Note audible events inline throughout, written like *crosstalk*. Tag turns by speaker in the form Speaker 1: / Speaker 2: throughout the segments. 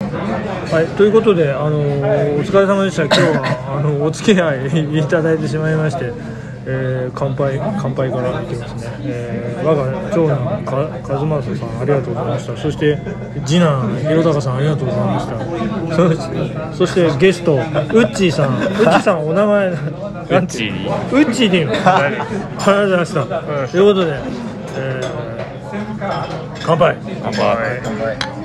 Speaker 1: はい、ということで、あのーお疲れ様でした、今日はあのお付き合いいただいてしまいまして、えー乾杯乾杯からいきますね、えー我が長男、か和正さん、ありがとうございました、そして次男、弘隆さん、ありがとうございました、そしてそしてゲスト、ウッチーさん、ウッチーさん、お名前、なんていう
Speaker 2: ウ
Speaker 1: ウッチーでいいの、ありがとうございました。ということで、えー乾杯。
Speaker 2: 乾杯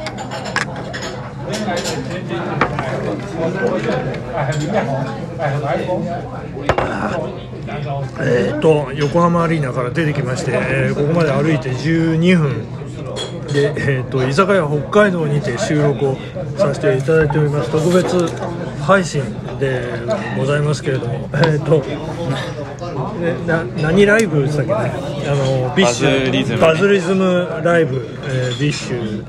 Speaker 1: えー、と横浜アリーナから出てきまして、えーここまで歩いて12分で、えー、と居酒屋北海道にて収録をさせていただいております特別配信でございますけれども、えーとねな何ライブでしたっけねあのビッシュ
Speaker 2: バズリズム
Speaker 1: バズリズムライブ、えービッシュ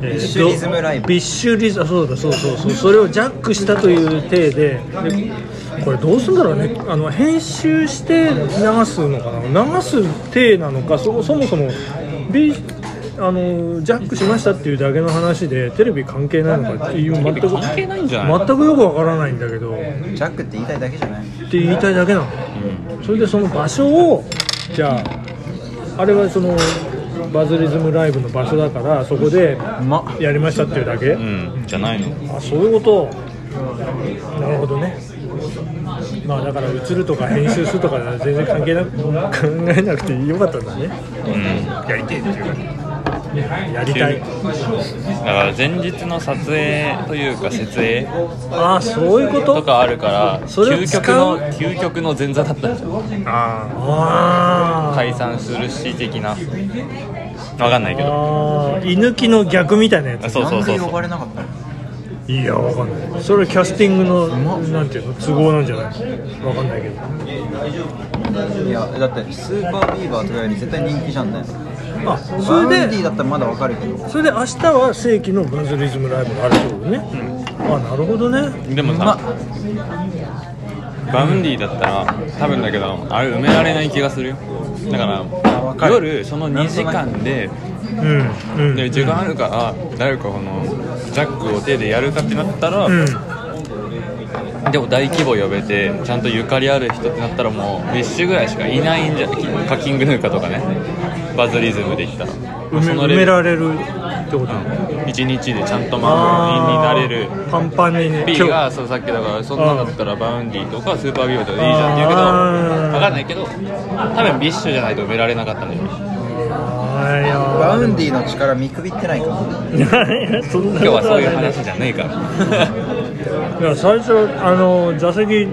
Speaker 1: えー
Speaker 3: ビッシュリズムライブ
Speaker 1: ビッシュリズムそうだそうそうそうそれをジャックしたという体ででこれどうするんだろうねあの編集して流すのかな流す体なのかそそもそもビあのジャックしましたっていうだけの話でテレビ関係ないのかっていう全く
Speaker 2: 関係ないんじゃない
Speaker 1: 全くよくわからないんだけどっ
Speaker 3: ジャックって言いたいだけじゃない
Speaker 1: て言いたいだけなのそれでその場所をじゃああれはそのバズリズムライブの場所だからそこで
Speaker 3: ま
Speaker 1: やりましたっていうだけ、
Speaker 2: うん、うん、じゃないの
Speaker 1: あそういうことなるほどねまあだから映るとか編集するとか全然関係なく考えなくてよかったんだね
Speaker 2: うん
Speaker 1: やりてえっていうかやりたい
Speaker 2: だから前日の撮影というか設営
Speaker 1: ああそういうこと
Speaker 2: かあるから
Speaker 1: それを
Speaker 2: 究
Speaker 1: 使
Speaker 2: 極
Speaker 1: う
Speaker 2: の究極の前座だったんじゃん
Speaker 1: あー
Speaker 2: 解散するし的なわかんないけど
Speaker 1: あー居抜きの逆みたいなやつ
Speaker 2: そうそうそう
Speaker 3: なんで呼
Speaker 2: そ
Speaker 3: ば
Speaker 2: う
Speaker 3: れなかったの
Speaker 1: いやわかんないそれはキャスティングのなんていうの都合なんじゃないわかんないけど
Speaker 3: いやだってスーパービーバーとかより絶対人気じゃんね
Speaker 1: あ
Speaker 3: バウ
Speaker 1: そ
Speaker 3: ン
Speaker 1: れ
Speaker 3: デ
Speaker 1: で
Speaker 3: ィだったらまだわかるけど
Speaker 1: それで明日は正規のバズリズムライブがあるそうね、あなるほどね
Speaker 2: でも
Speaker 3: ま
Speaker 2: さバウンディだったら多分だけどあれ埋められない気がするよだ
Speaker 3: わ
Speaker 2: か
Speaker 3: からる
Speaker 2: 夜その2時間で
Speaker 1: うんうん
Speaker 2: で時間あるから誰かこのジャックを手でやるかってなったら、
Speaker 1: うん
Speaker 2: でも大規模呼べてちゃんとゆかりある人ってなったらもうビッシュぐらいしかいないんじゃカッキングヌーカとかねバズリズムでいったら
Speaker 1: 埋め
Speaker 2: その
Speaker 1: 埋
Speaker 2: レ
Speaker 1: め
Speaker 2: ベル
Speaker 1: られるってことなの
Speaker 2: 1日でちゃんと満員になれる
Speaker 1: パンパンにね
Speaker 2: B がそうさっきだからそんなのだったらバウンディとかスーパービューとかでいいじゃんって言うけど
Speaker 1: あー
Speaker 2: 分かんないけど多分ビッシュじゃないと埋められなかったんだよ
Speaker 1: あいや
Speaker 3: バウンディの力見くびってないか
Speaker 1: ィそんな
Speaker 2: 今日
Speaker 1: こ
Speaker 2: は
Speaker 1: と
Speaker 2: そ
Speaker 1: は
Speaker 2: う
Speaker 1: いな
Speaker 2: う
Speaker 1: い
Speaker 2: 話じゃねえから
Speaker 1: *laughs* いや最初あの座席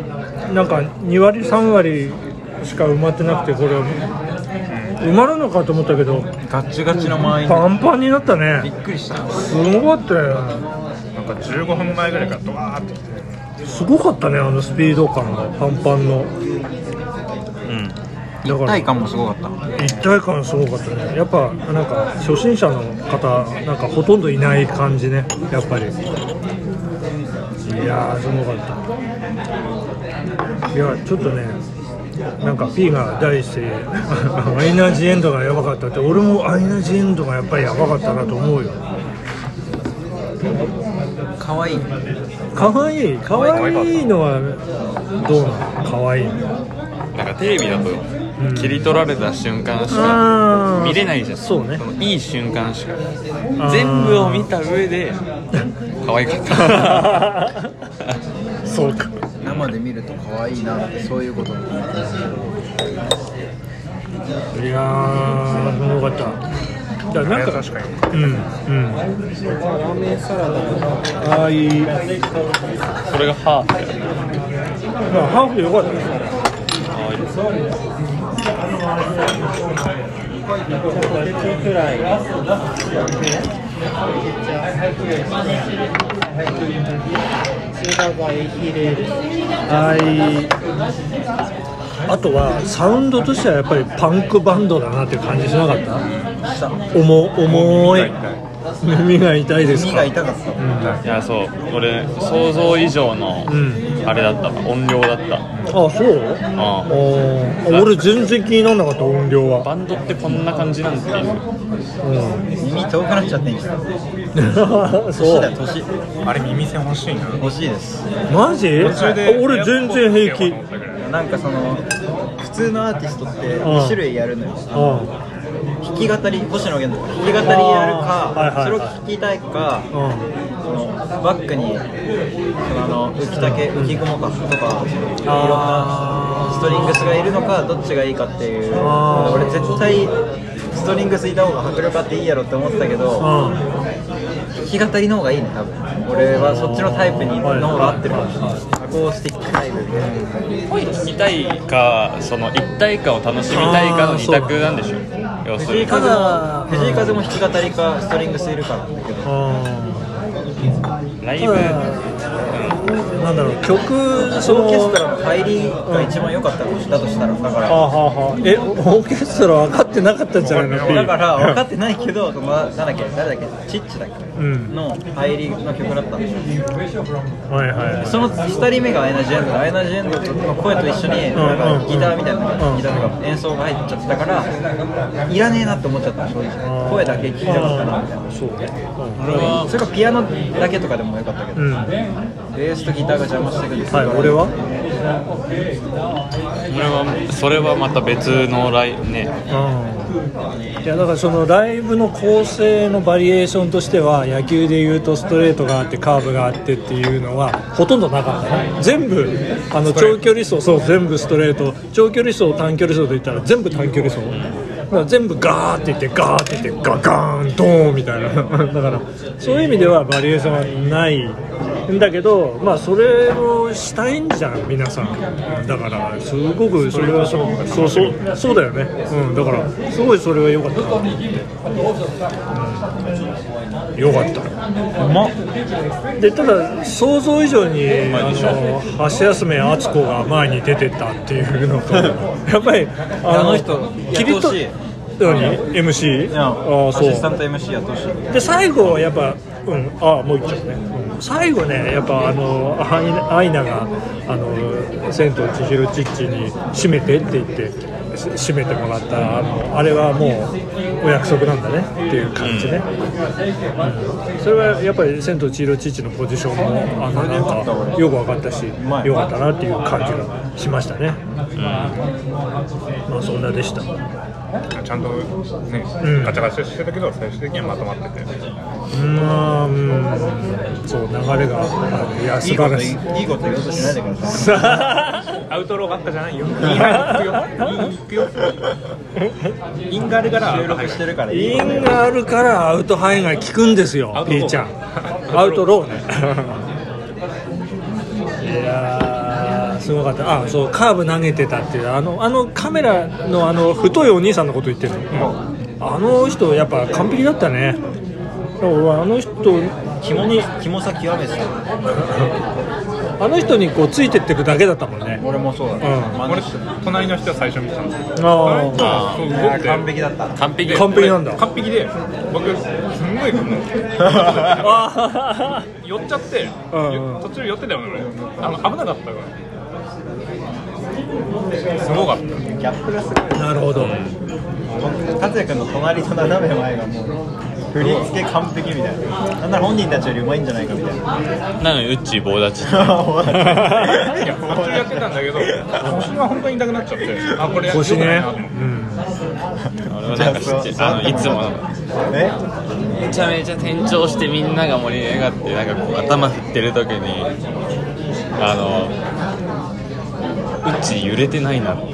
Speaker 1: なんか2割3割しか埋まってなくてこれ埋まるのかと思ったけど
Speaker 3: ガッチガチの満員
Speaker 1: パンパンになった
Speaker 3: びっ
Speaker 1: ね
Speaker 3: くりした
Speaker 1: すごかったよ
Speaker 4: なんか15分前ぐらいからドワーって来て
Speaker 1: すごかったねあのスピード感がパンパンの
Speaker 2: うん
Speaker 1: だ
Speaker 3: 一
Speaker 1: から
Speaker 3: 体感もすごかった
Speaker 1: 一体感すごかったねやっぱなんか初心者の方なんかほとんどいない感じねやっぱりいやーすごかったいやちょっとねなんか P が題して *laughs* 「アイナ・ジ・エンドがやばかった」って俺もアイナ・ジ・エンドがやっぱりやばかったなと思うよ
Speaker 3: 可愛い
Speaker 1: 可愛い可愛いのはどうなの可愛いの
Speaker 2: なんかテレビだと切り取られた瞬間しか
Speaker 1: あー
Speaker 2: 見れないじゃん
Speaker 1: そうね
Speaker 2: そのいい瞬間しか全部を見た上で可愛かった *laughs*
Speaker 1: そうか
Speaker 3: 生で見ると可愛いなってそういうこと
Speaker 1: いやー、すごかった。じゃあ、なんか、
Speaker 4: 確かに
Speaker 1: うん、うん。ああ、いい。ま
Speaker 2: それがハーフ
Speaker 1: あ、ハーフでよかったね。はい。あとはサウンドとしてはやっぱりパンクバンドだなっていう感じしなかった
Speaker 3: した
Speaker 1: 重重い
Speaker 2: い
Speaker 1: 耳が痛いです
Speaker 3: 耳が
Speaker 1: か
Speaker 3: 痛かっ
Speaker 2: い
Speaker 3: た
Speaker 2: やそう俺想像以上の
Speaker 1: ん
Speaker 2: あれだったわ音量だった
Speaker 1: あそうあ
Speaker 2: あ
Speaker 1: ーあ俺全然気にならなかった音量は、
Speaker 2: バンドってこんな感じなんてい
Speaker 1: う
Speaker 2: う
Speaker 3: 耳遠くなっちゃっていいんですか
Speaker 1: ん、 *laughs* そ
Speaker 3: 年だよ
Speaker 1: う
Speaker 3: 年
Speaker 4: あれ耳栓欲しいな
Speaker 3: 欲しいです
Speaker 1: マジ
Speaker 4: 途中で
Speaker 1: あ俺全然平気
Speaker 3: なんかその普通のアーティストって
Speaker 1: ん
Speaker 3: 2種類やるのよ
Speaker 1: あ
Speaker 3: 弾き語り星野源とか弾き語りやる
Speaker 1: あーはいはいは
Speaker 3: か
Speaker 1: い
Speaker 3: それを聞きたいか
Speaker 1: あうん
Speaker 3: そのバックにそのあの浮き竹浮き雲かとかいろんなストリングスがいるのかどっちがいいかっていう
Speaker 1: あー
Speaker 3: 俺絶対ストリングスいた方が迫力あっていいやろって思ってたけど
Speaker 1: うん
Speaker 3: 弾き語りの方がいいね多分俺はそっちのタイプにの方が合ってるかもしれないアコースティックタイプみたい
Speaker 2: 声
Speaker 3: な
Speaker 2: 聞きたいかその一体感を楽しみたいかの二択なんでしょ要す
Speaker 3: 藤
Speaker 2: る
Speaker 3: 井
Speaker 2: に
Speaker 3: 風
Speaker 1: ただ
Speaker 3: も藤井風も弾き語りかストリングスいるかなんだけど
Speaker 1: あ
Speaker 2: ライ
Speaker 1: ー
Speaker 2: ブ
Speaker 1: ただなんだろう曲その
Speaker 3: オーケストラの入りが一番良かったのだとしたらだか
Speaker 1: はあ
Speaker 3: ら
Speaker 1: はあはあえオーケストラ分かってなかったんじゃないの P
Speaker 3: だから分かってないけどそのなんだっけ誰だっけチッチだっけ
Speaker 1: うん
Speaker 3: の入りの曲だったんですよ
Speaker 1: はいはい
Speaker 3: その2人目がアイナ・ジ・エンドでアイナ・ジ・エンドの声と一緒に
Speaker 1: うん
Speaker 3: なんかギターみたいな
Speaker 1: うん
Speaker 3: ギターとか演奏が入っちゃってたからいらねえなって思っちゃった正直声だけ聞いてよかったなみたいな
Speaker 1: そうね
Speaker 3: それかピアノだけとかでもよかったけど
Speaker 1: うん
Speaker 3: ベースとギターが邪魔してくるんです
Speaker 1: はい俺は
Speaker 2: 俺はそれはまた別のライね
Speaker 1: うんいやだからそのライブの構成のバリエーションとしては野球でいうとストレートがあってカーブがあってっていうのはほとんどなかったね全部あの長距離走そう全部ストレート長距離走短距離走といったら全部短距離走だから全部ガーっていってガーっていってガガーンドーンみたいなだからそういう意味ではバリエーションはないんだけどまあそれをしたいんじゃん皆さんだからすごくそれはそうそうそうそうだよねうんだからすごいそれは良かった良かったうまっでただ想像以上にあの橋休め敦子が前に出てったっていうのとやっぱりあ
Speaker 3: あの人
Speaker 1: 切り取
Speaker 3: やって
Speaker 1: 何 MC?
Speaker 3: いや
Speaker 1: あ
Speaker 3: ア
Speaker 1: あそ
Speaker 3: シスタン
Speaker 1: う
Speaker 3: ト MC やってほしい
Speaker 1: で最後はやっぱうんああもう一丁ね、うん最後ねやっぱあのアイナアイナがあの千と千尋チッチに締めてって言ってし締めてもらったあのあれはもうお約束なんだねっていう感じね、それはやっぱり千と千尋チッチのポジションもあのなんかよく分かったし
Speaker 3: まい
Speaker 1: よかったなっていう感じがしましたね、まあそんなでした
Speaker 4: ちゃんとね、
Speaker 1: うん
Speaker 4: ガチャガチャしてたけど最終的にはまとまってて
Speaker 1: まあ、うん、そう、流れが、あいや、
Speaker 3: い
Speaker 1: 素
Speaker 3: いこ
Speaker 1: 晴ら
Speaker 3: と言
Speaker 1: し
Speaker 3: い
Speaker 1: い。
Speaker 3: いいこと言おうとしないでください
Speaker 4: アウトローがあったじゃないよいいよいいよインがあるから
Speaker 3: 収録してるからいい
Speaker 1: インがあるからアウトハイが効くんですよ
Speaker 4: アウ、トロー
Speaker 1: P ちゃん。アウトローね。いやー、すごかった。あ、そう、カーブ投げてたっていう、あの、あのカメラの、あの、太いお兄さんのこと言ってるの。あの人、やっぱ完璧だったね。俺はあの人
Speaker 3: 肝
Speaker 1: に、
Speaker 3: 肝さ極めてた
Speaker 1: あの人にこうついてってくだけだったもんね。
Speaker 3: 俺もそうだね
Speaker 1: うん
Speaker 3: 真
Speaker 4: 俺
Speaker 3: 似して
Speaker 4: 隣の人は最初見てたんですけど
Speaker 1: あー
Speaker 4: そう動い
Speaker 3: た
Speaker 4: て
Speaker 3: 完璧だった
Speaker 2: 完璧
Speaker 1: 完璧なんだ。
Speaker 4: 完璧で僕すんご
Speaker 1: *laughs*
Speaker 4: いもう
Speaker 1: あー
Speaker 4: 寄っちゃって
Speaker 1: うんうん
Speaker 4: 途中寄ってたよね俺あの危なかったからすごかった
Speaker 3: ギャップがすごい
Speaker 1: *laughs* なるほど。
Speaker 3: 達也君の隣と斜め前がもう振り付け完璧みたいななんなら本人たちよりうまいんじゃないかみたいな
Speaker 2: なのにうっちー棒 *laughs* 立ち
Speaker 3: *laughs*
Speaker 4: いや、途中やってたんだけど、腰が本当に痛くなっちゃって、あ、これやって
Speaker 1: 腰
Speaker 4: よくない
Speaker 1: ね
Speaker 4: なと思って。。
Speaker 2: 俺はなんか知ってあのいつも
Speaker 3: え
Speaker 2: めちゃめちゃ転調してみんなが盛り上がってなんかこう頭振ってる時にあのうっちー揺れてないなって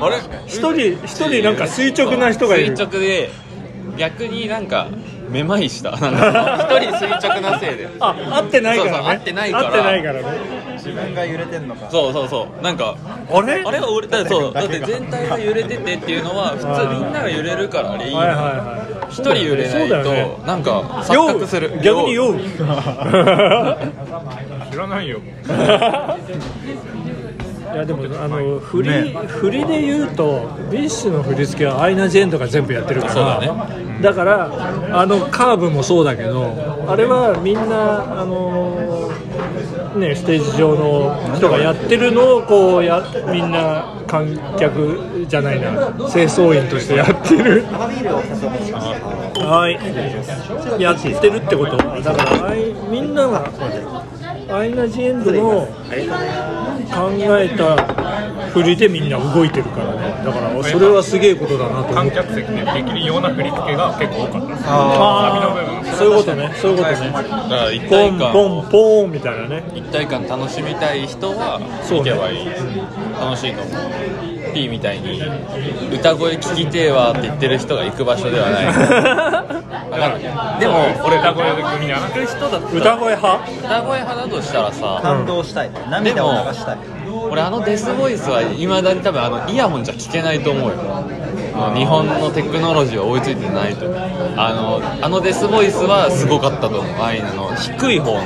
Speaker 2: あれ
Speaker 1: 一人一人なんか垂直な人がいる
Speaker 2: 垂直で逆になんかめまいしたなんか一人垂直なせいで
Speaker 1: あ、合ってないからね。
Speaker 2: そうそう合ってないから
Speaker 1: 合ってないからね。
Speaker 3: 自分が揺れてんのか
Speaker 2: そうそうそうなんか
Speaker 1: あれ
Speaker 2: あれは俺だってそうだって全体が揺れててっていうのは普通みんなが揺れるからあれいい
Speaker 1: はいはい
Speaker 2: の
Speaker 1: はい。
Speaker 2: 一人揺れな
Speaker 1: そうだ
Speaker 2: い
Speaker 1: よね
Speaker 2: となんか錯
Speaker 1: 酔う
Speaker 2: 覚する
Speaker 1: 逆に酔う。 *laughs*
Speaker 4: 知らないよ。
Speaker 1: いやでもあの振り、振りで言うとビッシュの振り付けはアイナ・ジ・エンドが全部やってるから
Speaker 2: そうだね
Speaker 1: だからあのカーブもそうだけどあれはみんなあのね、ステージ上の人がやってるのをこうやみんな観客じゃないな清掃員としてやってるはいやってるってことだからあいみんながアイナ・ジ・エンドの考えた振りでみんな動いてるからねだからそれはすげえことだなと思
Speaker 4: 観
Speaker 1: って
Speaker 4: 客席でできるような振り付けが結構多かったです
Speaker 1: ああそういうことねそういうことね
Speaker 2: だから一
Speaker 1: ポ
Speaker 2: 体
Speaker 1: ン
Speaker 2: 感
Speaker 1: ポンポンみたいなね
Speaker 2: 一体感楽しみたい人は
Speaker 1: そう
Speaker 2: 行けばいい、楽しいかも P みたいに歌声聞きてえわって言ってる人が行く場所ではないわかるでも
Speaker 4: 俺歌声組だな
Speaker 2: 行く人だった
Speaker 1: *laughs* 歌
Speaker 2: ら
Speaker 1: 声派
Speaker 2: 歌声派だとしたらさ
Speaker 3: 感動したい涙を流したい
Speaker 2: 俺あのデスボイスはいまだに多分あのイヤホンじゃ聞けないと思うよもう日本のテクノロジーは追いついてないと思うあのあのデスボイスはすごかったと思うアイナの低い方の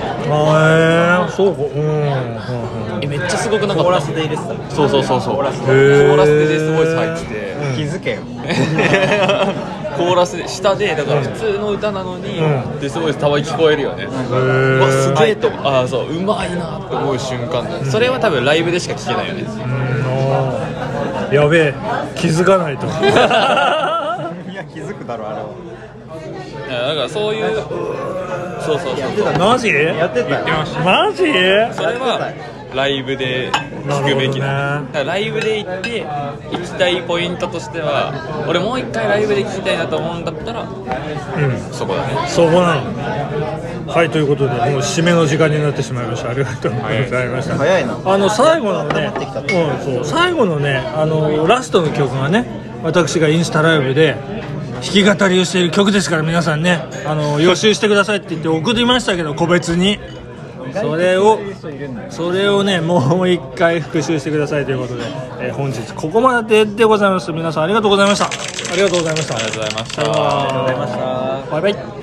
Speaker 1: あえそうかうん
Speaker 2: えめっちゃすごくなかった
Speaker 3: コーラスで入れてた
Speaker 2: そうそうそうそうコーラスで
Speaker 1: ー
Speaker 2: デスボイス入ってて
Speaker 3: 気づけよ
Speaker 2: *laughs* コーラスで下でだから普通の歌なのに、
Speaker 1: う
Speaker 2: デスボイスたまに聞こえるよね、う
Speaker 1: へえ
Speaker 2: わすげえとああそううまいなって思う瞬間だ、それは多分ライブでしか聞けないよね、
Speaker 1: あーやべえ気づかないと
Speaker 3: いや気づくだろあれはい
Speaker 2: やだからそういうそうそうそうそう
Speaker 1: マジ
Speaker 3: やってたよ
Speaker 1: マジ
Speaker 2: それはライブで聞くべき
Speaker 1: な
Speaker 2: だ,、
Speaker 1: るほどね
Speaker 2: だからライブで行って行きたいポイントとしては俺もう一回ライブで聞きたいなと思うんだったら
Speaker 1: うん
Speaker 2: そこだね
Speaker 1: そこなのはいということでもう締めの時間になってしまいましたありがとうございました
Speaker 3: 早いな
Speaker 1: あの最後のね
Speaker 3: やっと温まってき、
Speaker 1: うん、そう最後のねあのラストの曲がね私がインスタライブで弾き語りをしている曲ですから皆さんねあの予習してくださいって言って送りましたけど個別にそれをそれをねもう一回復習してくださいということで、えー本日ここまででございます皆さんありがとうございましたありがとうございました
Speaker 2: ありがとうございまし
Speaker 1: さような
Speaker 2: た
Speaker 1: らバイバイ